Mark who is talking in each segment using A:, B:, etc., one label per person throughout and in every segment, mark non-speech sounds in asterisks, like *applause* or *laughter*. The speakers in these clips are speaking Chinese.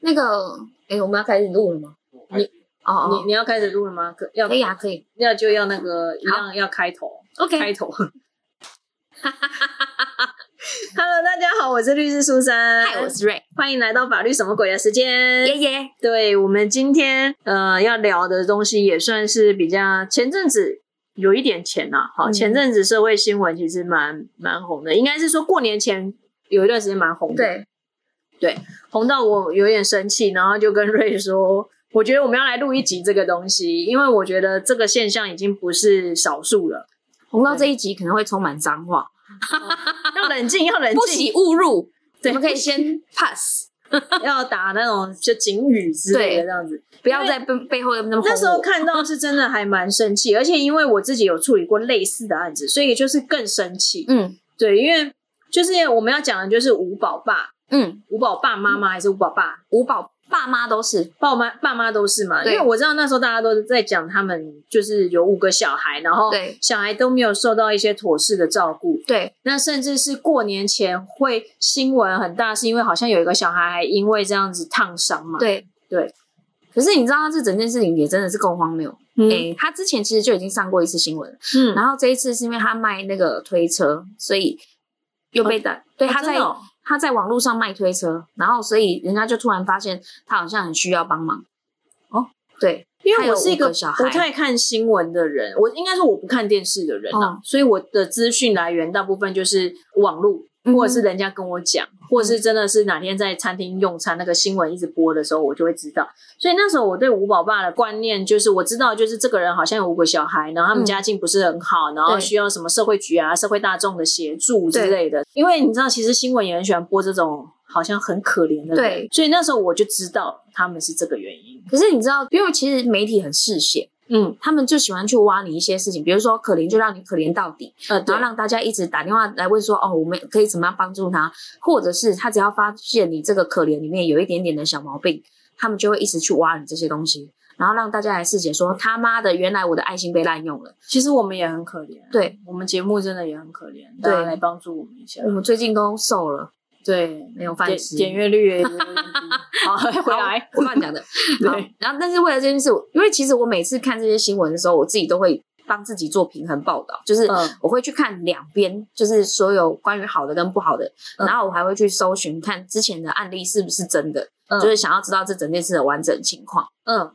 A: 那个，哎，我们要开始录了吗？哦
B: 你
A: 哦，
B: 你要开始录了吗？可要
A: 可以啊，可以。
B: 要就要那个一样要开头
A: OK，
B: 开头。Hello，大家好，我是律师苏珊，
A: 嗨，我是 Ray，
B: 欢迎来到法律什么鬼的时间。
A: 爷爷，
B: 对我们今天呃要聊的东西也算是比较前阵子有一点钱啦、好，
A: 嗯
B: 前阵子社会新闻其实蛮蛮红的，应该是说过年前有一段时间蛮红的，
A: 对，
B: 红到我有点生气，然后就跟瑞说，我觉得我们要来录一集这个东西，因为我觉得这个现象已经不是少数了，
A: 红到这一集可能会充满脏话，
B: 要冷静，要冷
A: 不
B: 静，
A: 许误入，我
B: 对
A: 们可以先 pass，
B: 要打那种就警语之类的这样子。
A: 不要在背背后那么
B: 那时候
A: 红我。
B: 看到是真的还蛮生气，而且因为我自己有处理过类似的案子，所以就是更生气。
A: 嗯
B: 对，因为就是我们要讲的就是五宝爸、
A: 嗯，
B: 五宝爸妈妈还是五宝爸
A: 五宝爸妈都是，
B: 爸妈爸妈都是嘛，因
A: 对
B: 为我知道那时候大家都在讲他们就是有五个小孩，然后
A: 对
B: 小孩都没有受到一些妥适的照顾，
A: 对
B: 那甚至是过年前会新闻很大，是因为好像有一个小孩还因为这样子烫伤嘛，
A: 对
B: 对。
A: 可是你知道，这整件事情也真的是够荒谬。
B: 嗯
A: 哎、他之前其实就已经上过一次新闻了，
B: 嗯，
A: 然后这一次是因为他卖那个推车，所以又被打。对，
B: 哦
A: 他在、
B: 真的哦
A: 他在网络上卖推车，然后所以人家就突然发现他好像很需要帮忙。
B: 哦，
A: 对，
B: 因为我是一
A: 还有五
B: 个
A: 个小孩
B: 不太看新闻的人，我应该说我不看电视的人啊，
A: 嗯
B: 所以我的资讯来源大部分就是网络，或者是
A: 嗯
B: 人家跟我讲，或者是真的是哪天在餐厅用餐那个新闻一直播的时候，我就会知道。所以那时候我对五宝爸的观念就是，我知道就是这个人好像有五个小孩，然后他们
A: 嗯
B: 家境不是很好，然后
A: 对
B: 需要什么社会局啊、社会大众的协助之
A: 对
B: 类的。因为你知道，其实新闻也很喜欢播这种好像很可怜的人，
A: 对
B: 所以那时候我就知道他们是这个原因。
A: 可是你知道，因为其实媒体很嗜血，
B: 嗯，
A: 他们就喜欢去挖你一些事情，比如说可怜就让你可怜到底，
B: 呃，
A: 然
B: 对
A: 后，让大家一直打电话来问说，哦，我们可以怎么样帮助他，或者是他只要发现你这个可怜里面有一点点的小毛病，他们就会一直去挖你这些东西，然后让大家来试解说，他妈的，原来我的爱心被滥用了。
B: 其实我们也很可怜，
A: 对，
B: 我们节目真的也很可怜，大家
A: 对
B: 来帮助我们一下
A: 我。们最近都瘦了，
B: 对，
A: 没有饭
B: 点
A: 吃。
B: 点阅率也有
A: *laughs*
B: 点低。好， *laughs* 回来，
A: 我乱讲的。
B: *laughs* 对
A: 好然后但是为了这件事，我因为其实我每次看这些新闻的时候，我自己都会帮自己做平衡报道，就是
B: 嗯
A: 我会去看两边，就是所有关于好的跟不好的，
B: 嗯
A: 然后我还会去搜寻看之前的案例是不是真的，
B: 嗯
A: 就是想要知道这整件事的完整情况。
B: 嗯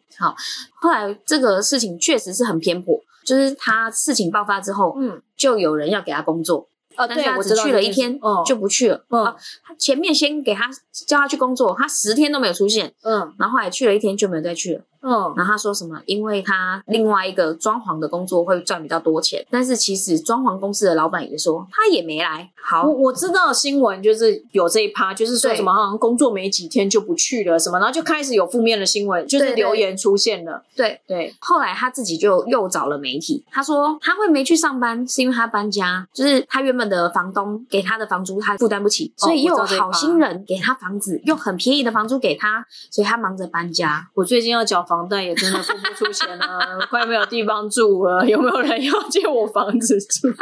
A: 后来这个事情确实是很偏颇，就是他事情爆发之后，
B: 嗯，
A: 就有人要给他工作，
B: 哦，
A: 但是
B: 对，
A: 他
B: 我
A: 只
B: 知道
A: 去
B: 这
A: 了一
B: 件事
A: 天
B: 嗯
A: 就不去了。
B: 嗯
A: 啊他前面先给他叫他去工作，他十天都没有出现，
B: 嗯
A: 然后后来去了一天就没有再去了。
B: 嗯
A: 然后他说什么？因为他另外一个装潢的工作会赚比较多钱，但是其实装潢公司的老板也说他也没来。好
B: 我，我知道新闻就是有这一趴，就是说
A: 对
B: 什么好像工作没几天就不去了什么，然后就开始有负面的新闻，就是
A: 对对
B: 留言出现了。
A: 对。
B: 对，
A: 后来他自己就又找了媒体，他说他会没去上班是因为他搬家，就是他原本的房东给他的房租他负担不起，哦所以
B: 我
A: 又有
B: 知道这一
A: 好
B: 趴
A: 心人给他房子，用很便宜的房租给他，所以他忙着搬家。
B: 我最近要缴房贷，也真的付不出钱啊， *laughs* 快没有地方住了，有没有人要借我房子住？ *laughs*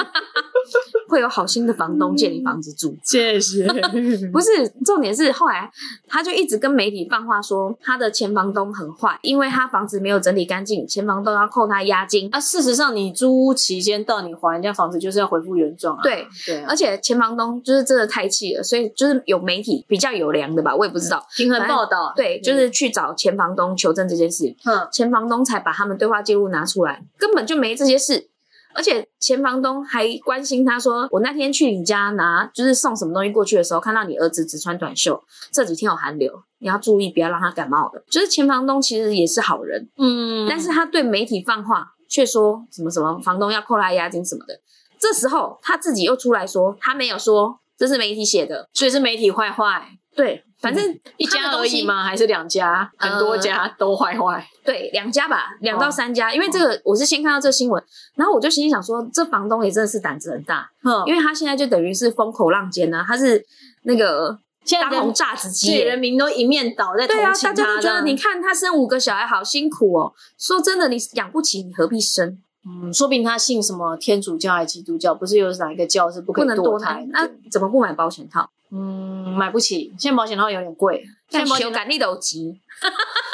A: 会有好心的房东借你房子住。
B: 谢谢。
A: 不是，重点是后来他就一直跟媒体放话说，他的前房东很坏，因为他房子没有整理干净，前房东要扣他押金。
B: 啊，事实上，你租屋期间到你还人家房子，就是要恢复原状啊。
A: 对，
B: 对啊，
A: 而且前房东就是真的太气了，所以就是有媒体比较有良的吧，我也不知道。
B: 平衡报道。
A: 对，就是去找前房东求证这件事，
B: 嗯，
A: 前房东才把他们对话记录拿出来，根本就没这些事。而且前房东还关心他说：“我那天去你家拿，就是送什么东西过去的时候，看到你儿子只穿短袖，这几天有寒流，你要注意，不要让他感冒了。”就是前房东其实也是好人，
B: 嗯，
A: 但是他对媒体放话，却说什么什么房东要扣他押金什么的。这时候他自己又出来说，他没有说，这是媒体写的。
B: 所以是媒体坏坏，
A: 对，反正
B: *laughs* 一
A: 他
B: 家
A: 的
B: 而
A: 东西
B: 已吗？还是两家？
A: 呃
B: 很多家都坏坏。
A: 对，两家吧，两到
B: 哦
A: 三家，因为这个我是先看到这新闻，然后我就心里想说，这房东也真的是胆子很大，
B: 嗯，
A: 因为他现在就等于是风口浪尖呢、啊他是那个
B: 现在
A: 当红
B: 人
A: 炸子鸡
B: 对人
A: 耶。
B: 民都一面倒在同
A: 对啊，
B: 情
A: 大
B: 他
A: 家都觉得
B: 这
A: 你
B: 样
A: 看他生五个小孩好辛苦哦。说真的，你养不起，你何必生？
B: 嗯，说不定他信什么天主教还是基督教，不是有哪一个教是不可
A: 不
B: 以
A: 能
B: 堕
A: 胎啊
B: 的，
A: 那怎么不买保险套？
B: 嗯，买不起，现在保险套有点贵，
A: 但
B: 现在
A: 修改你都急， *laughs*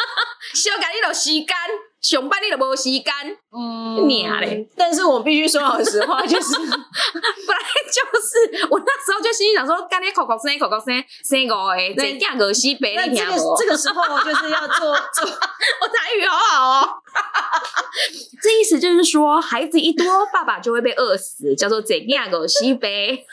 A: 修改你都时间，上班你都无时间，
B: 嗯
A: 娘啊嘞！
B: 但是我必须说老实
A: *laughs*
B: 话，就是
A: 本来就是我那时候就心里想说，干你口口声口口声生五个，
B: 对
A: 怎样个西北
B: 那
A: 你
B: 这
A: 听
B: 个
A: 无？
B: 这个时候就是要
A: *laughs*
B: 做做
A: 我台语好好哦。 *laughs* 这意思就是说，孩子一多，爸爸就会被饿死，叫做怎样个西 *laughs* 北。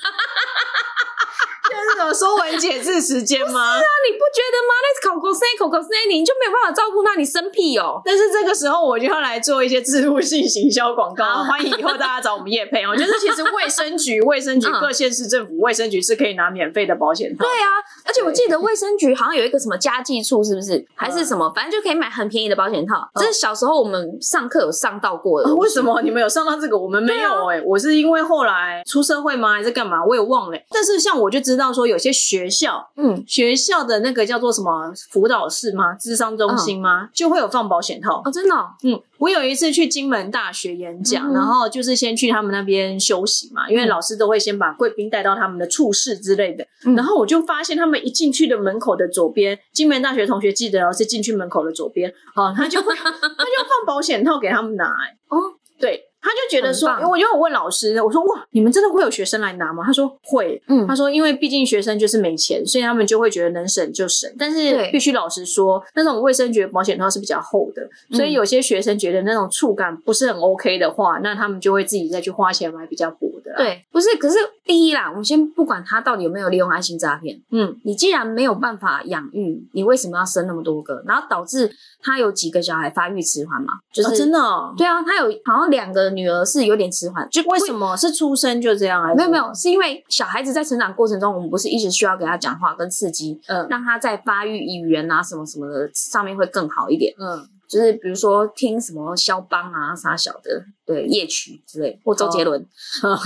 B: 就是有说文解字时间
A: *laughs*
B: 吗？
A: 你不觉得吗？那口口声口口声，你就没有办法照顾他，你生屁哦。
B: 但是这个时候我就要来做一些自入性行销广告，
A: 好
B: 欢迎以后大家找我们叶配哦。就是其实卫生局、卫生局
A: 嗯
B: 各县市政府卫生局是可以拿免费的保险套
A: 对，啊，而且我记得卫生局好像有一个什么家计处，是不是？还
B: 嗯
A: 是什么？反正就可以买很便宜的保险套。这是小时候我们上课有上到过的。
B: 啊为什么你们有上到这个，我们没
A: 啊
B: 有哎、我是因为后来出社会吗，还是干嘛？我也忘了、欸但是像我就知道说，有些学校
A: 嗯，
B: 学校的那个叫做什么辅导室吗？智商中
A: 嗯
B: 心吗？就会有放保险套。
A: 哦，真的哦、
B: 嗯，我有一次去金门大学演讲，
A: 嗯
B: 然后就是先去他们那边休息嘛，因为
A: 嗯
B: 老师都会先把贵宾带到他们的处室之类的。
A: 嗯
B: 然后我就发现他们一进去的门口的左边，金门大学同学记得哦，是进去门口的左边，哦，他就会他就放保险套给他们拿、哎
A: *laughs* 哦，
B: 对。他就觉得说，
A: 很
B: 因
A: 棒
B: 为我就有问老师，我说哇，你们真的会有学生来拿吗？他说会，
A: 嗯
B: 他说因为毕竟学生就是没钱，所以他们就会觉得能省就省。但是
A: 对
B: 必须老实说，那种卫生局的保险套是比较厚的，所以有些学生觉得那种触感不是很 OK 的话，那他们就会自己再去花钱买比较薄的。，
A: 对，啊不是，可是第一啦，我们先不管他到底有没有利用爱心诈骗，
B: 嗯，
A: 你既然没有办法养育，你为什么要生那么多个？然后导致他有几个小孩发育迟缓嘛？就
B: 就是、
A: 是、
B: 真的哦、
A: 对啊，他有好像两个女儿是有点迟缓，就
B: 为什么是出生就这样？还是
A: 没有没，有，是因为小孩子在成长过程中，我们不是一直需要给他讲话跟刺激，
B: 嗯
A: 让他在发育语言啊什么什么的上面会更好一点。
B: 嗯，
A: 就是比如说听什么肖邦啊啥小的，对夜曲之类，或周杰伦、 *laughs*
B: 哦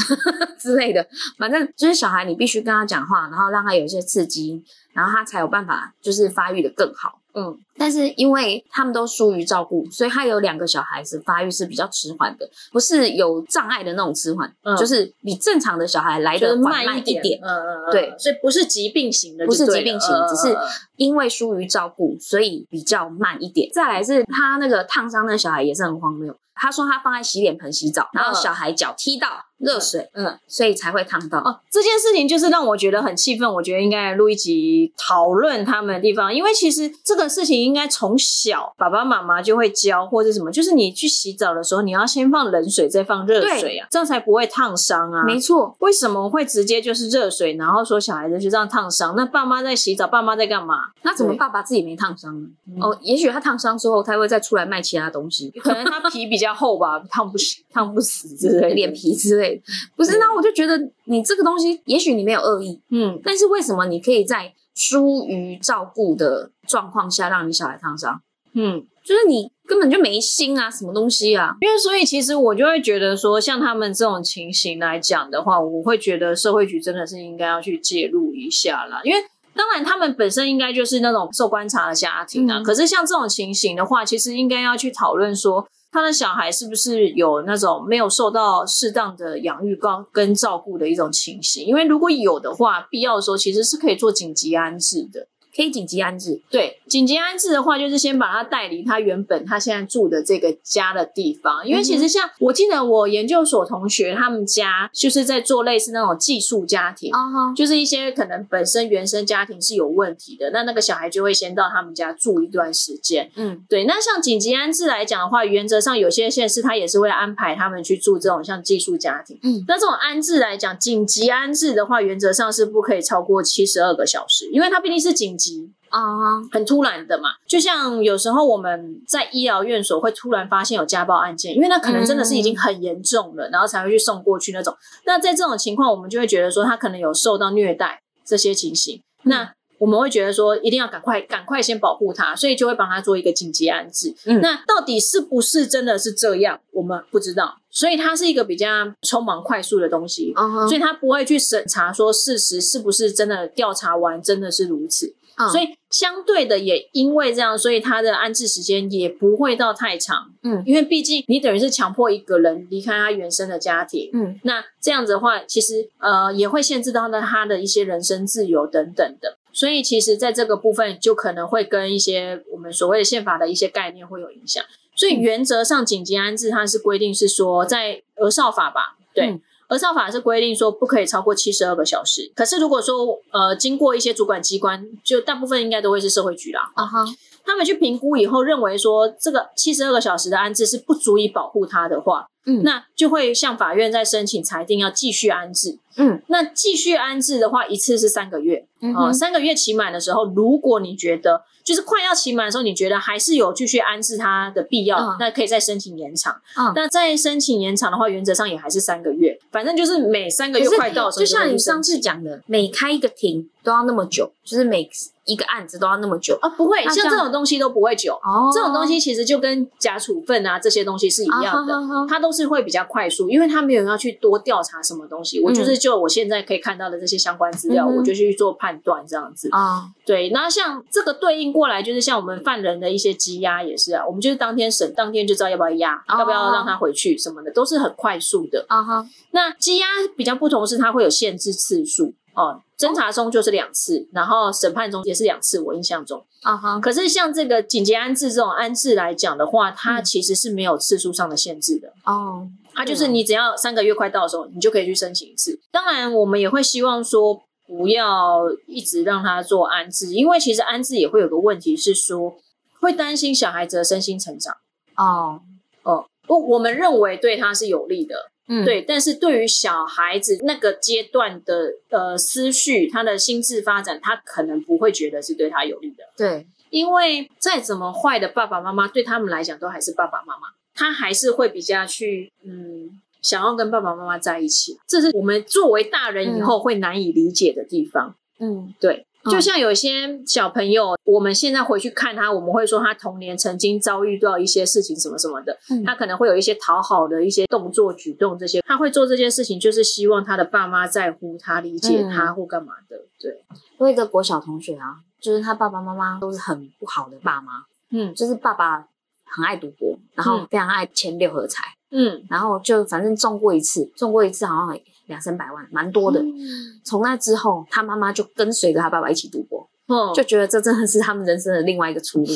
A: 之类的，反正就是小孩你必须跟他讲话，然后让他有一些刺激，然后他才有办法就是发育的更好。
B: 嗯，
A: 但是因为他们都疏于照顾，所以他有两个小孩子发育是比较迟缓的，不是有障碍的那种迟缓，
B: 嗯
A: 就是比正常的小孩来
B: 就是
A: 的缓
B: 慢
A: 慢
B: 一
A: 一
B: 点，
A: 点。
B: 嗯嗯嗯，
A: 对
B: 所以不是疾病型的就
A: 不是
B: 对了，
A: 疾病型
B: 嗯
A: 只是
B: 嗯嗯
A: 因为疏于照顾，所以比较慢一点。再来是他那个烫伤的小孩也是很荒谬，他说他放在洗脸盆洗澡，然后小孩脚踢到热水，
B: 嗯嗯
A: 所以才会烫到。
B: 哦，这件事情就是让我觉得很气愤，我觉得应该来录一集讨论他们的地方，因为其实这个事情应该从小爸爸妈妈就会教或者什么，就是你去洗澡的时候，你要先放冷水，再放热水啊，这样才不会烫伤啊。
A: 没错，
B: 为什么会直接就是热水，然后说小孩子就这样烫伤？那爸妈在洗澡，爸妈在干嘛？
A: 那怎么
B: 对
A: 爸爸自己没烫伤呢？
B: 嗯
A: 哦，也许他烫伤之后，他会再出来卖其他东西，
B: 可能他皮比较厚吧， *laughs* 烫不死，烫不死之类的
A: 脸。皮之类的。不是，
B: 嗯
A: 那我就觉得你这个东西，也许你没有恶意，
B: 嗯，
A: 但是为什么你可以在疏于照顾的状况下让你小孩烫伤？
B: 嗯，
A: 就是你根本就没心啊，什么东西啊？
B: 因为所以其实我就会觉得说，像他们这种情形来讲的话，我会觉得社会局真的是应该要去介入一下啦，因为。当然，他们本身应该就是那种受观察的家庭啊。
A: 嗯
B: 可是像这种情形的话，其实应该要去讨论说，他的小孩是不是有那种没有受到适当的养育跟跟照顾的一种情形？因为如果有的话，必要的时候其实是可以做紧急安置的。
A: 可以紧急安置。
B: 对，紧急安置的话，就是先把他带离他原本他现在住的这个家的地方，因为其实像我记得我研究所同学他们家就是在做类似那种寄宿家庭。
A: 啊哈，
B: 就是一些可能本身原生家庭是有问题的，那那个小孩就会先到他们家住一段时间。
A: 嗯，
B: 对，那像紧急安置来讲的话，原则上有些县市他也是会安排他们去住这种像寄宿家庭。
A: 嗯
B: 那这种安置来讲，紧急安置的话，原则上是不可以超过七十二个小时，因为它毕竟是紧急，
A: 啊、
B: 很突然的嘛，就像有时候我们在医疗院所会突然发现有家暴案件，因为那可能真的是已经很严重了，然后才会去送过去那种。那在这种情况，我们就会觉得说他可能有受到虐待这些情形，那我们会觉得说一定要赶快赶快先保护他，所以就会帮他做一个紧急安置。
A: 嗯
B: 那到底是不是真的是这样，我们不知道，所以它是一个比较匆忙快速的东西。
A: 啊哈
B: 所以他不会去审查说事实是不是真的调查完真的是如此，
A: 嗯
B: 所以相对的也因为这样，所以他的安置时间也不会到太长，
A: 嗯
B: 因为毕竟你等于是强迫一个人离开他原生的家庭，
A: 嗯
B: 那这样子的话，其实呃也会限制到了他的一些人身自由等等的。所以其实在这个部分就可能会跟一些我们所谓的宪法的一些概念会有影响。所以原则上，紧急安置它是规定是说，在儿少法吧，对，
A: 嗯
B: 儿少法是规定说不可以超过七十二个小时。可是如果说呃，经过一些主管机关，就大部分应该都会是社会局啦，
A: 啊哈，
B: 他们去评估以后认为说这个七十二个小时的安置是不足以保护他的话，
A: 嗯
B: 那就会向法院再申请裁定要继续安置。
A: 嗯，
B: 那继续安置的话，一次是三个月，
A: 嗯
B: 啊、
A: 哼
B: 三个月期满的时候，如果你觉得就是快要期满的时候，你觉得还是有继续安置它的必要，
A: 嗯
B: 那可以再申请延长。
A: 嗯
B: 那再申请延长的话，原则上也还是三个月，反正就是每三个
A: 可
B: 月
A: 是
B: 快到的时候
A: 就像你
B: 会去申
A: 上次讲的，每开一个庭都要那么久，就是每一个案子都要那么久。
B: 啊，不会，
A: 那这
B: 像
A: 样
B: 这种东西都不会久，
A: 哦
B: 这种东西其实就跟假处分啊这些东西是一样的。
A: 啊哈哈哈
B: 它都是会比较快速，因为它没有要去多调查什么东西。我就是就我现在可以看到的这些相关资料，
A: 嗯嗯哼
B: 我就去做判断这样子。
A: 啊，
B: 对，那像这个对应过来，就是像我们犯人的一些羁押也是啊，我们就是当天审，当天就知道要不要押，
A: 哦
B: 要不要让他回去什么的，都是很快速的。
A: 啊哈，
B: 那羁押比较不同是，它会有限制次数哦，侦查中就是两次，然后审判中也是两次，我印象中。
A: 啊哈，
B: 可是像这个紧急安置这种安置来讲的话，它
A: 嗯
B: 其实是没有次数上的限制的。
A: 哦，
B: 啊，就是你只要三个月快到的时候，你就可以去申请一次。当然，我们也会希望说不要一直让他做安置，因为其实安置也会有个问题是说，会担心小孩子的身心成长。
A: 哦，
B: 哦，我我们认为对他是有利的，
A: 嗯，
B: 对，但是对于小孩子那个阶段的呃思绪，他的心智发展，他可能不会觉得是对他有利的。
A: 对，
B: 因为再怎么坏的爸爸妈妈，对他们来讲都还是爸爸妈妈，他还是会比较去嗯，想要跟爸爸妈妈在一起。这是我们作为大人以后会难以理解的地方。
A: 嗯，
B: 对，
A: 嗯
B: 就像有些小朋友，我们现在回去看他，我们会说他童年曾经遭遇到一些事情什么什么的，
A: 嗯
B: 他可能会有一些讨好的一些动作、举动这些，他会做这些事情，就是希望他的爸妈在乎他、理解他
A: 嗯
B: 或干嘛的。对，
A: 我有一个国小同学啊，就是他爸爸妈妈都是很不好的爸妈，
B: 嗯
A: 就是爸爸很爱赌博，然后
B: 嗯
A: 非常爱签六合彩，
B: 嗯，
A: 然后就反正中过一次，中过一次好像两三百万，蛮多的。
B: 嗯
A: 从那之后，他妈妈就跟随着他爸爸一起赌博，
B: 哦
A: 就觉得这真的是他们人生的另外一个出路，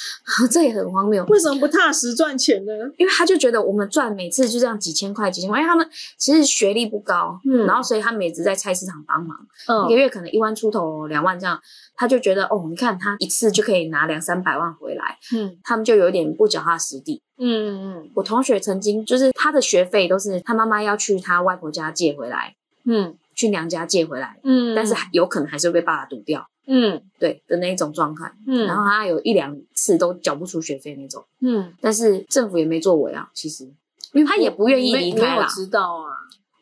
A: *laughs* 这也很荒谬。
B: 为什么不踏实赚钱呢？
A: 因为他就觉得我们赚每次就这样几千块几千块，因为他们其实学历不高，
B: 嗯
A: 然后所以他们也只在菜市场帮忙，一个
B: 嗯
A: 月可能一万出头两万这样，他就觉得哦，你看他一次就可以拿两三百万回来，
B: 嗯
A: 他们就有点不脚踏实地。
B: 嗯
A: 我同学曾经就是他的学费都是他妈妈要去他外婆家借回来，
B: 嗯
A: 去娘家借回来，
B: 嗯
A: 但是还有可能还是会被爸爸赌掉，
B: 嗯
A: 对的那一种状态。
B: 嗯，
A: 然后他有一两次都缴不出学费那种，
B: 嗯，
A: 但是政府也没作为啊，其实，因为他也不愿意离
B: 没
A: 开
B: 没有
A: 啦。
B: 知道啊，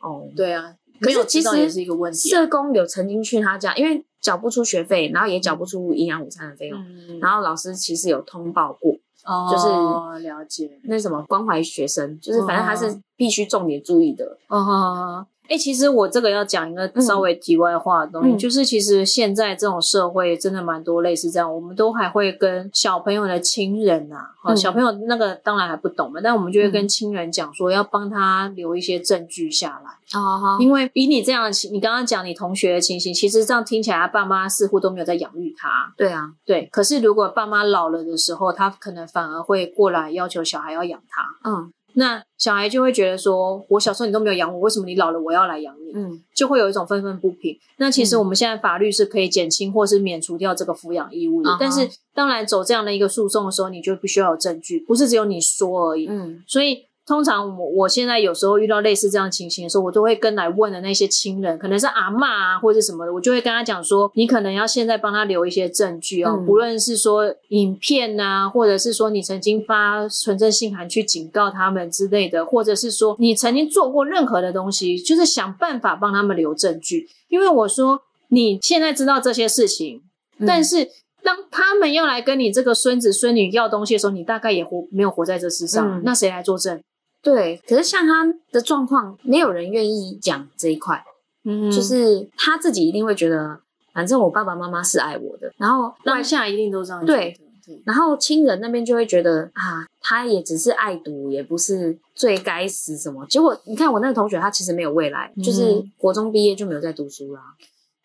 A: 哦，
B: 对啊，
A: 可
B: 没
A: 是
B: 有
A: 其
B: 知
A: 实
B: 道也是一个问题啊。
A: 社工有曾经去他家，因为缴不出学费，然后也缴不出营养午餐的费用，
B: 嗯
A: 然后老师其实有通报过，
B: 哦，了解，
A: 那什么关怀学生，就是反正他是
B: 哦
A: 必须重点注意的。
B: 哦，哎，其实我这个要讲一个稍微题外话的东西，
A: 嗯
B: 就是其实现在这种社会真的蛮多类似这样，我们都还会跟小朋友的亲人啊，哦，
A: 嗯
B: 小朋友那个当然还不懂嘛，但我们就会跟亲人讲说要帮他留一些证据下来。
A: 哦
B: 因为以你这样的情，你刚刚讲你同学的情形，其实这样听起来，他爸妈似乎都没有在养育他。
A: 对啊，
B: 对，可是如果爸妈老了的时候，他可能反而会过来要求小孩要养他。
A: 嗯
B: 那小孩就会觉得说，我小时候你都没有养我，为什么你老了我要来养你？
A: 嗯
B: 就会有一种愤愤不平。那其实
A: 嗯
B: 我们现在法律是可以减轻或是免除掉这个抚养义务的，
A: 啊哈
B: 但是当然走这样的一个诉讼的时候，你就必须要有证据，不是只有你说而已。
A: 嗯
B: 所以通常我我现在有时候遇到类似这样的情形的时候，我都会跟来问的那些亲人，可能是阿嬷啊或者什么的，我就会跟他讲说，你可能要现在帮他留一些证据哦，
A: 嗯
B: 不论是说影片啊，或者是说你曾经发存证信函去警告他们之类的，或者是说你曾经做过任何的东西，就是想办法帮他们留证据，因为我说你现在知道这些事情，
A: 嗯
B: 但是当他们要来跟你这个孙子孙女要东西的时候，你大概也活没有活在这世上，
A: 嗯
B: 那谁来作证？
A: 对，可是像他的状况，没有人愿意讲这一块，
B: 嗯
A: 就是他自己一定会觉得，反正我爸爸妈妈是爱我的，然后
B: 当下一定都这样
A: 对
B: 觉得对，
A: 然后亲人那边就会觉得啊，他也只是爱赌，也不是最该死什么。结果你看我那个同学，他其实没有未来，
B: 嗯
A: 就是国中毕业就没有在读书啦、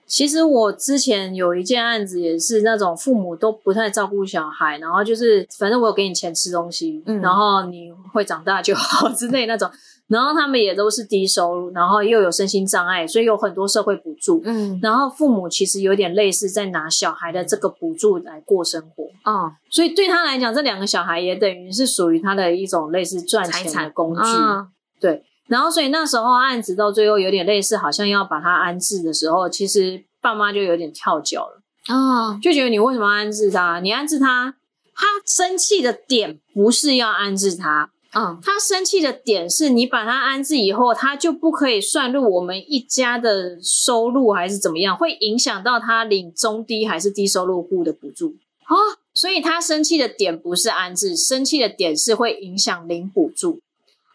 B: 其实我之前有一件案子，也是那种父母都不太照顾小孩，然后就是反正我有给你钱吃东西，
A: 嗯
B: 然后你会长大就好之类那种。然后他们也都是低收入，然后又有身心障碍，所以有很多社会补助。
A: 嗯，
B: 然后父母其实有点类似在拿小孩的这个补助来过生活，
A: 哦，
B: 所以对他来讲，这两个小孩也等于是属于他的一种类似赚
A: 财
B: 钱的
A: 产
B: 工具。
A: 嗯
B: 对，然后所以那时候案子到最后有点类似，好像要把他安置的时候，其实爸妈就有点跳脚了，
A: 哦，
B: 就觉得你为什么要安置他？你安置他，他生气的点不是要安置他，
A: 嗯，
B: 他生气的点是你把他安置以后，他就不可以算入我们一家的收入还是怎么样，会影响到他领中低还是低收入户的补助啊。所以他生气的点不是安置，生气的点是会影响领补助。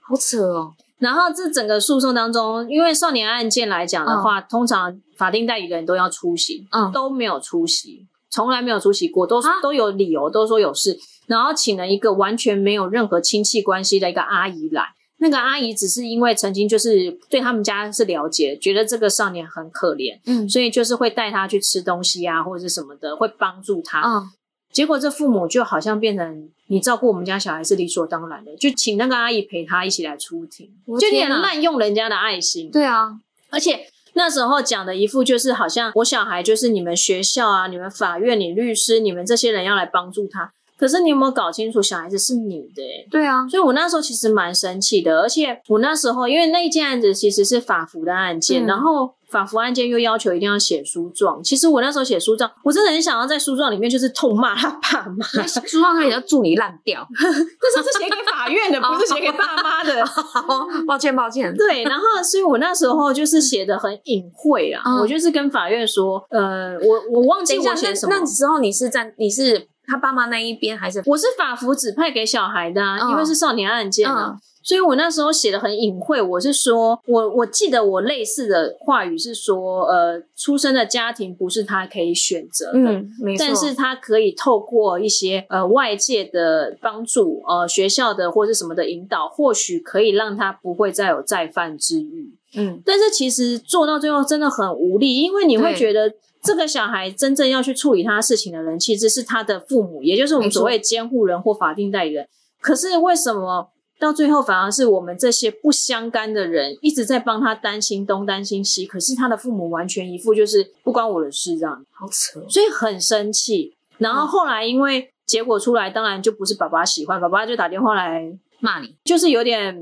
A: 好扯哦，
B: 然后这整个诉讼当中，因为少年案件来讲的话，通常法定代理人都要出席，
A: 嗯
B: 都没有出席，从来没有出席过，都
A: 啊
B: 都有理由，都说有事，然后请了一个完全没有任何亲戚关系的一个阿姨来。那个阿姨只是因为曾经就是对他们家是了解，觉得这个少年很可怜，
A: 嗯
B: 所以就是会带他去吃东西啊，或者是什么的，会帮助他。
A: 嗯，
B: 结果这父母就好像变成你照顾我们家小孩是理所当然的，就请那个阿姨陪他一起来出庭，
A: 我
B: 就有
A: 的天
B: 点
A: 哪
B: 滥用人家的爱心。
A: 对啊，
B: 而且那时候讲的一副就是好像我小孩就是你们学校啊、你们法院、你律师、你们这些人要来帮助他，可是你有没有搞清楚小孩子是你的、欸？
A: 对 *laughs* 啊，
B: 所以我那时候其实蛮生气的，而且我那时候因为那一件案子其实是法服的案件，
A: 嗯
B: 然后法服案件又要求一定要写诉状。其实我那时候写诉状，我真的很想要在诉状里面就是痛骂他爸妈， *laughs*
A: 因为书上面也要祝你烂掉，
B: 但是是写给法院的，不是写给爸妈的。
A: 哦， *laughs* 抱歉抱 *laughs* 歉，
B: 对，然后所以我那时候就是写的很隐晦啊，
A: 嗯
B: 我就是跟法院说，呃，我我忘记
A: 等一下，
B: 我写什么
A: 那那。时候你是站，你是他爸妈那一边还是？
B: 我是法服指派给小孩的、啊，
A: 嗯
B: 因为是少年案件啊，
A: 嗯
B: 所以我那时候写的很隐晦，我是说，我我记得我类似的话语是说，呃，出生的家庭不是他可以选择的。
A: 嗯，没错，
B: 但是他可以透过一些呃外界的帮助，呃学校的或是什么的引导，或许可以让他不会再有再犯之欲。
A: 嗯，
B: 但是其实做到最后真的很无力，因为你会
A: 对
B: 觉得这个小孩真正要去处理他事情的人，其实是他的父母，也就是我们
A: 没错
B: 所谓监护人或法定代理人。可是为什么到最后反而是我们这些不相干的人一直在帮他担心东担心西？可是他的父母完全一副就是不关我的事这样，
A: 好扯哦，
B: 所以很生气。然
A: 嗯
B: 后后来因为结果出来，当然就不是爸爸喜欢，爸爸就打电话来
A: 骂你，
B: 就是有点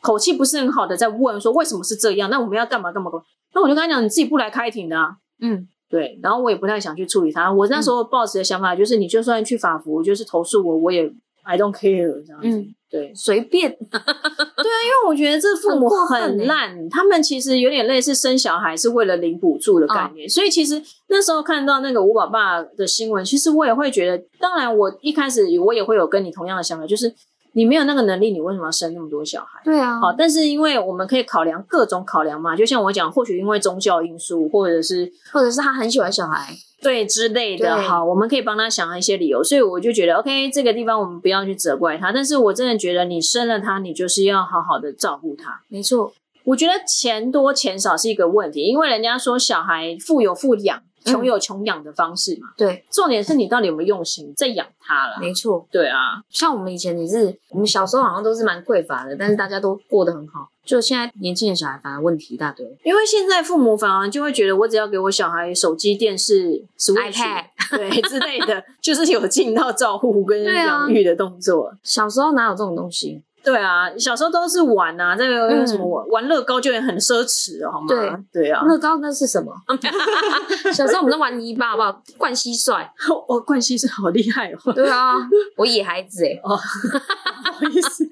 B: 口气不是很好的在问说为什么是这样，那我们要干嘛干嘛干嘛？那我就跟他讲，你自己不来开庭的、啊。
A: 嗯，
B: 对，然后我也不太想去处理他。我那时候抱持的想法就是，你就算去法服，就是投诉我，我也 I don't care 这样子。
A: 嗯
B: 对，因
A: 随便，
B: 为我觉得这父母
A: 很过分欸
B: 很烂，他们其实有点类似生小孩是为了领补助的概念。所以其实那时候看到那个吴宝爸的新闻，其实我也会觉得，当然我一开始我也会有跟你同样的想法，就是你没有那个能力，你为什么要生那么多小孩？
A: 对啊，
B: 好，但是因为我们可以考量各种考量嘛，就像我讲，或许因为宗教因素，或者是
A: 或者是他很喜欢小孩，
B: 对之类的，
A: 对
B: 好，我们可以帮他想一些理由，所以我就觉得，OK，这个地方我们不要去责怪他，但是我真的觉得你生了他，你就是要好好的照顾他。
A: 没错，
B: 我觉得钱多钱少是一个问题，因为人家说小孩富有富养，
A: 嗯
B: 穷有穷养的方式嘛，
A: 对，
B: 重点是你到底有没有用心在养他啦。
A: 没错。
B: 对啊，
A: 像我们以前也是，我们小时候好像都是蛮匮乏的，但是大家都过得很好。就现在年轻的小孩反而问题一大堆
B: 因为现在父母反而就会觉得，我只要给我小孩手机、电视、Switch、
A: ，iPad。
B: *laughs* 对之类的，就是有尽到照顾跟
A: 对啊
B: 养育的动作。
A: 小时候哪有这种东西？
B: 对啊，小时候都是玩啊，这个
A: 嗯
B: 有什么玩、玩乐高就也很奢侈哦的，好吗？
A: 对
B: 对啊，
A: 乐高那是什 *laughs* 么？小时候我们都玩泥巴，好不好？灌蟋蟀。
B: *laughs* 我冠希是好厉害哦，不
A: 对 *laughs* 啊，我野孩子哎、
B: 好意思。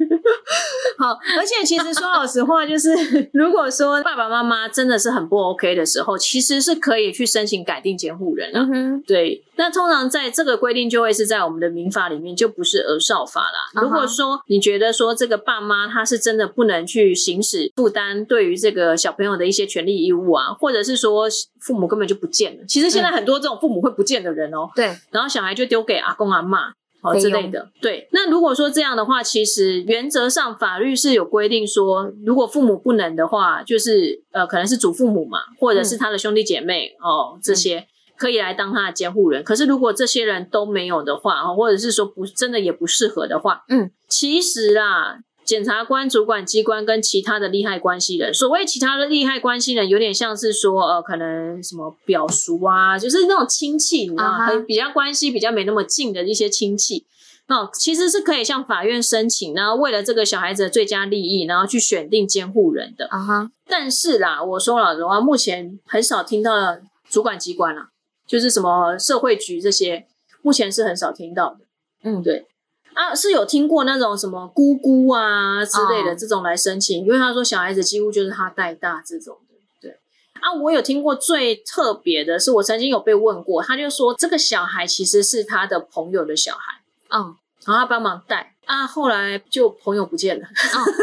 B: 好，而且其实说老实话，就是如果说爸爸妈妈真的是很不 OK 的时候，其实是可以去申请改定监护人啊。
A: 嗯哼，
B: 对，那通常在这个规定就会是在我们的民法里面，就不是儿少法啦。
A: 嗯哼
B: 如果说你觉得说这个爸妈他是真的不能去行使负担对于这个小朋友的一些权利义务啊，或者是说父
A: 嗯
B: 母根本就不见了，其实现在很多这种父母会不见的人哦，
A: 对，
B: 然后小孩就丢给阿公阿妈。哦
A: 费
B: 之
A: 用
B: 类的。对，那如果说这样的话，其实原则上法律是有规定说，如果父母不能的话，就是呃，可能是祖父母嘛，或者
A: 嗯
B: 是他的兄弟姐妹哦这些。可以来当他的监护人，可是如果这些人都没有的话，哦或者是说不真的也不适合的话，
A: 嗯，
B: 其实啦，检察官、主管机关跟其他的利害关系人，所谓其他的利害关系人，有点像是说，呃，可能什么表叔啊，就是那种亲戚，你知道
A: 啊哈
B: 吗，可能比较关系比较没那么近的一些亲戚。哦，其实是可以向法院申请，然后为了这个小孩子的最佳利益，然后去选定监护人的。
A: 啊哈，
B: 但是啦，我说老实话，目前很少听到主管机关啦，就是什么社会局这些，目前是很少听到的。
A: 嗯
B: 对啊，是有听过那种什么姑姑啊之类的
A: 哦
B: 这种来申请，因为他说小孩子几乎就是他带大这种的。对啊，我有听过最特别的是，我曾经有被问过，他就说这个小孩其实是他的朋友的小孩，
A: 嗯
B: 然后他帮忙带啊，后来就朋友不见
A: *laughs*
B: 了。
A: 嗯，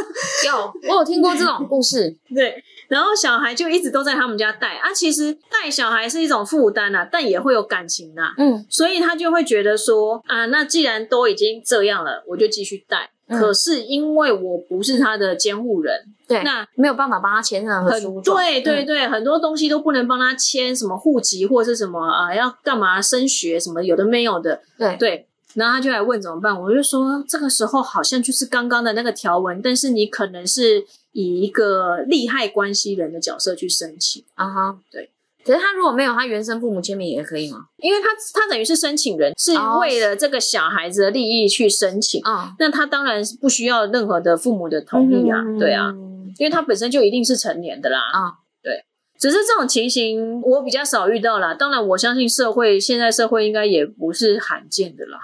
A: 有我有听过这种故事，
B: 对，然后小孩就一直都在他们家带啊。其实带小孩是一种负担啊，但也会有感情啊，
A: 嗯
B: 所以他就会觉得说啊，那既然都已经这样了，我就继续带。
A: 嗯
B: 可是因为我不是他的监护人，
A: 对
B: 那
A: 没有办法帮他签任何书
B: 很
A: 状，
B: 对对
A: 嗯
B: 对，很多东西都不能帮他签，什么户籍或是什么啊，要干嘛升学什么，有的没有的，
A: 对
B: 对。然后他就来问怎么办，我就说这个时候好像就是刚刚的那个条文，但是你可能是以一个利害关系人的角色去申请，
A: 啊哈，
B: 对。
A: 可是他如果没有他原生父母签名也可以吗？
B: 因为他他等于是申请人，是
A: 哦
B: 为了这个小孩子的利益去申请，
A: 嗯，
B: 那他当然是不需要任何的父母的同意啊，对
A: 嗯
B: 啊，因为他本身就一定是成年的啦。
A: 啊
B: 对。只是这种情形我比较少遇到啦，当然我相信社会现在社会应该也不是罕见的啦。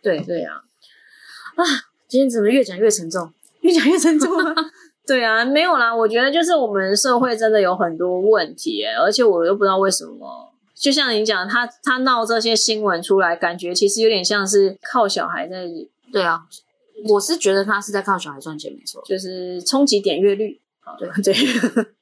A: 对。
B: 对啊，
A: 今天怎么越讲越沉重？
B: 越讲越沉
A: *laughs*
B: 重啊。对啊，没有啦，我觉得就是我们社会真的有很多问题耶、而且我又不知道为什么。就像你讲，他他闹这些新闻出来，感觉其实有点像是靠小孩在，
A: 对啊，我是觉得他是在靠小孩赚钱，没错，
B: 就是冲击点阅率。
A: 对
B: 对，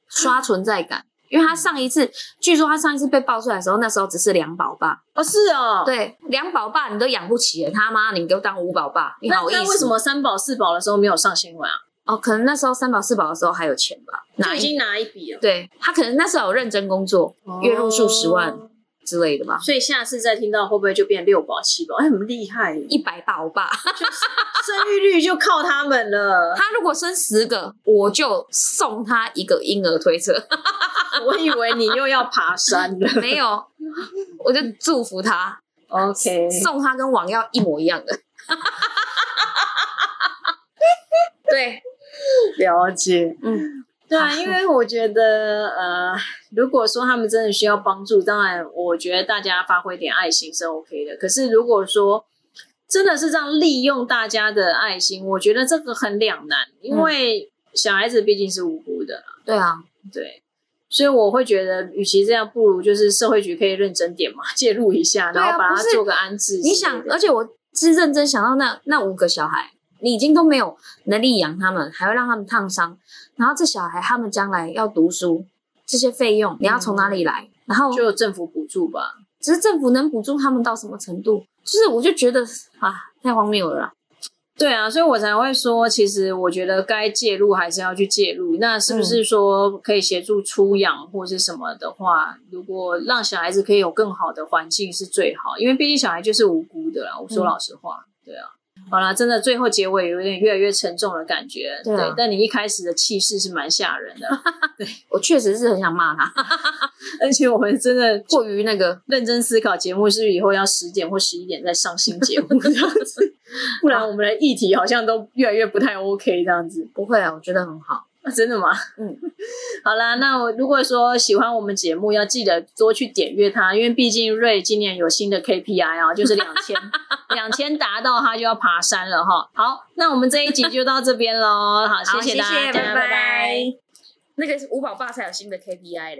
A: 刷存在感。因为他上一次，据说他上一次被爆出来的时候，那时候只是两宝爸，
B: 哦是哦，
A: 对，两宝爸你都养不起了，他妈你给我当五宝爸，你
B: 那
A: 好意思？
B: 那为什么三宝四宝的时候没有上新闻啊？
A: 哦，可能那时候三宝四宝的时候还有钱吧，
B: 就
A: 哪
B: 已
A: 一
B: 经拿一笔了，
A: 对他可能那时候有认真工作，哦月入数十万
B: 哦
A: 之类的吧，
B: 所以下次再听到会不会就变六宝七宝？哎，很厉害
A: *laughs*
B: 耶，
A: 一百宝爸。
B: 生育率就靠他
A: *laughs*
B: 们了。
A: 他如果生十个，我就送他一个婴儿推车。
B: 我以为你又要爬山了。
A: 没有，我就祝福他， *laughs*
B: OK，
A: 送他跟网药一模一样的。对，
B: 了解。
A: 嗯，
B: 对啊，
A: 好
B: 因为我觉得，呃，如果说他们真的需要帮助，当然，我觉得大家发挥点爱心是 OK 的。可是如果说真的是这样利用大家的爱心，我觉得这个很两难，因
A: 嗯
B: 为小孩子毕竟是无辜的，
A: 对啊，
B: 对。所以我会觉得，与其这样，不如就是社会局可以认真点嘛， *laughs* 介入一下，
A: 对啊
B: 然后把
A: 不
B: 它
A: 是
B: 做个安置之类的。
A: 你想，呃而且我是认真想到那那五个小孩，你已经都没有能力养他们，还会让他们烫伤，然后这小孩他们将来要读书，这些费用你要从哪里来？然后
B: 就有政府补助吧，
A: 只是政府能补助他们到什么程度？就是我就觉得啊，太荒谬了啦。
B: 对啊，所以我才会说，其实我觉得该介入还是要去介入。那
A: 嗯
B: 是不是说可以协助出养或是什么的话，如果让小孩子可以有更好的环境是最好，因为毕竟小孩就是无辜的啦。我说
A: 嗯
B: 老实话，对啊。好啦，真的最后结尾有点越来越沉重的感觉，
A: 对啊
B: 但你一开始的气势是蛮吓人的， *laughs*
A: 我确实是很想骂他， *laughs*
B: 而且我们真的
A: 过于那个
B: 认真思考节目是不是以后要十点或十一点再上新节目这样子， *laughs* 不然我们的议题好像都越来越不太 OK 这样子。
A: 不会啊，我觉得很好。
B: 啊 *laughs* 真的吗？
A: 嗯，
B: 好啦，那我如果说喜欢我们节目，要记得多去点阅它，因为毕竟瑞今年有新的 KPI 啊，就是两
A: *laughs*
B: 千，两千达到他就要爬山了哈。好，那我们这一集就到这边喽，好，
A: 好，
B: 谢
A: 谢
B: 大家，
A: 拜
B: 拜拜
A: 那个五宝爸才有新的 KPI 嘞。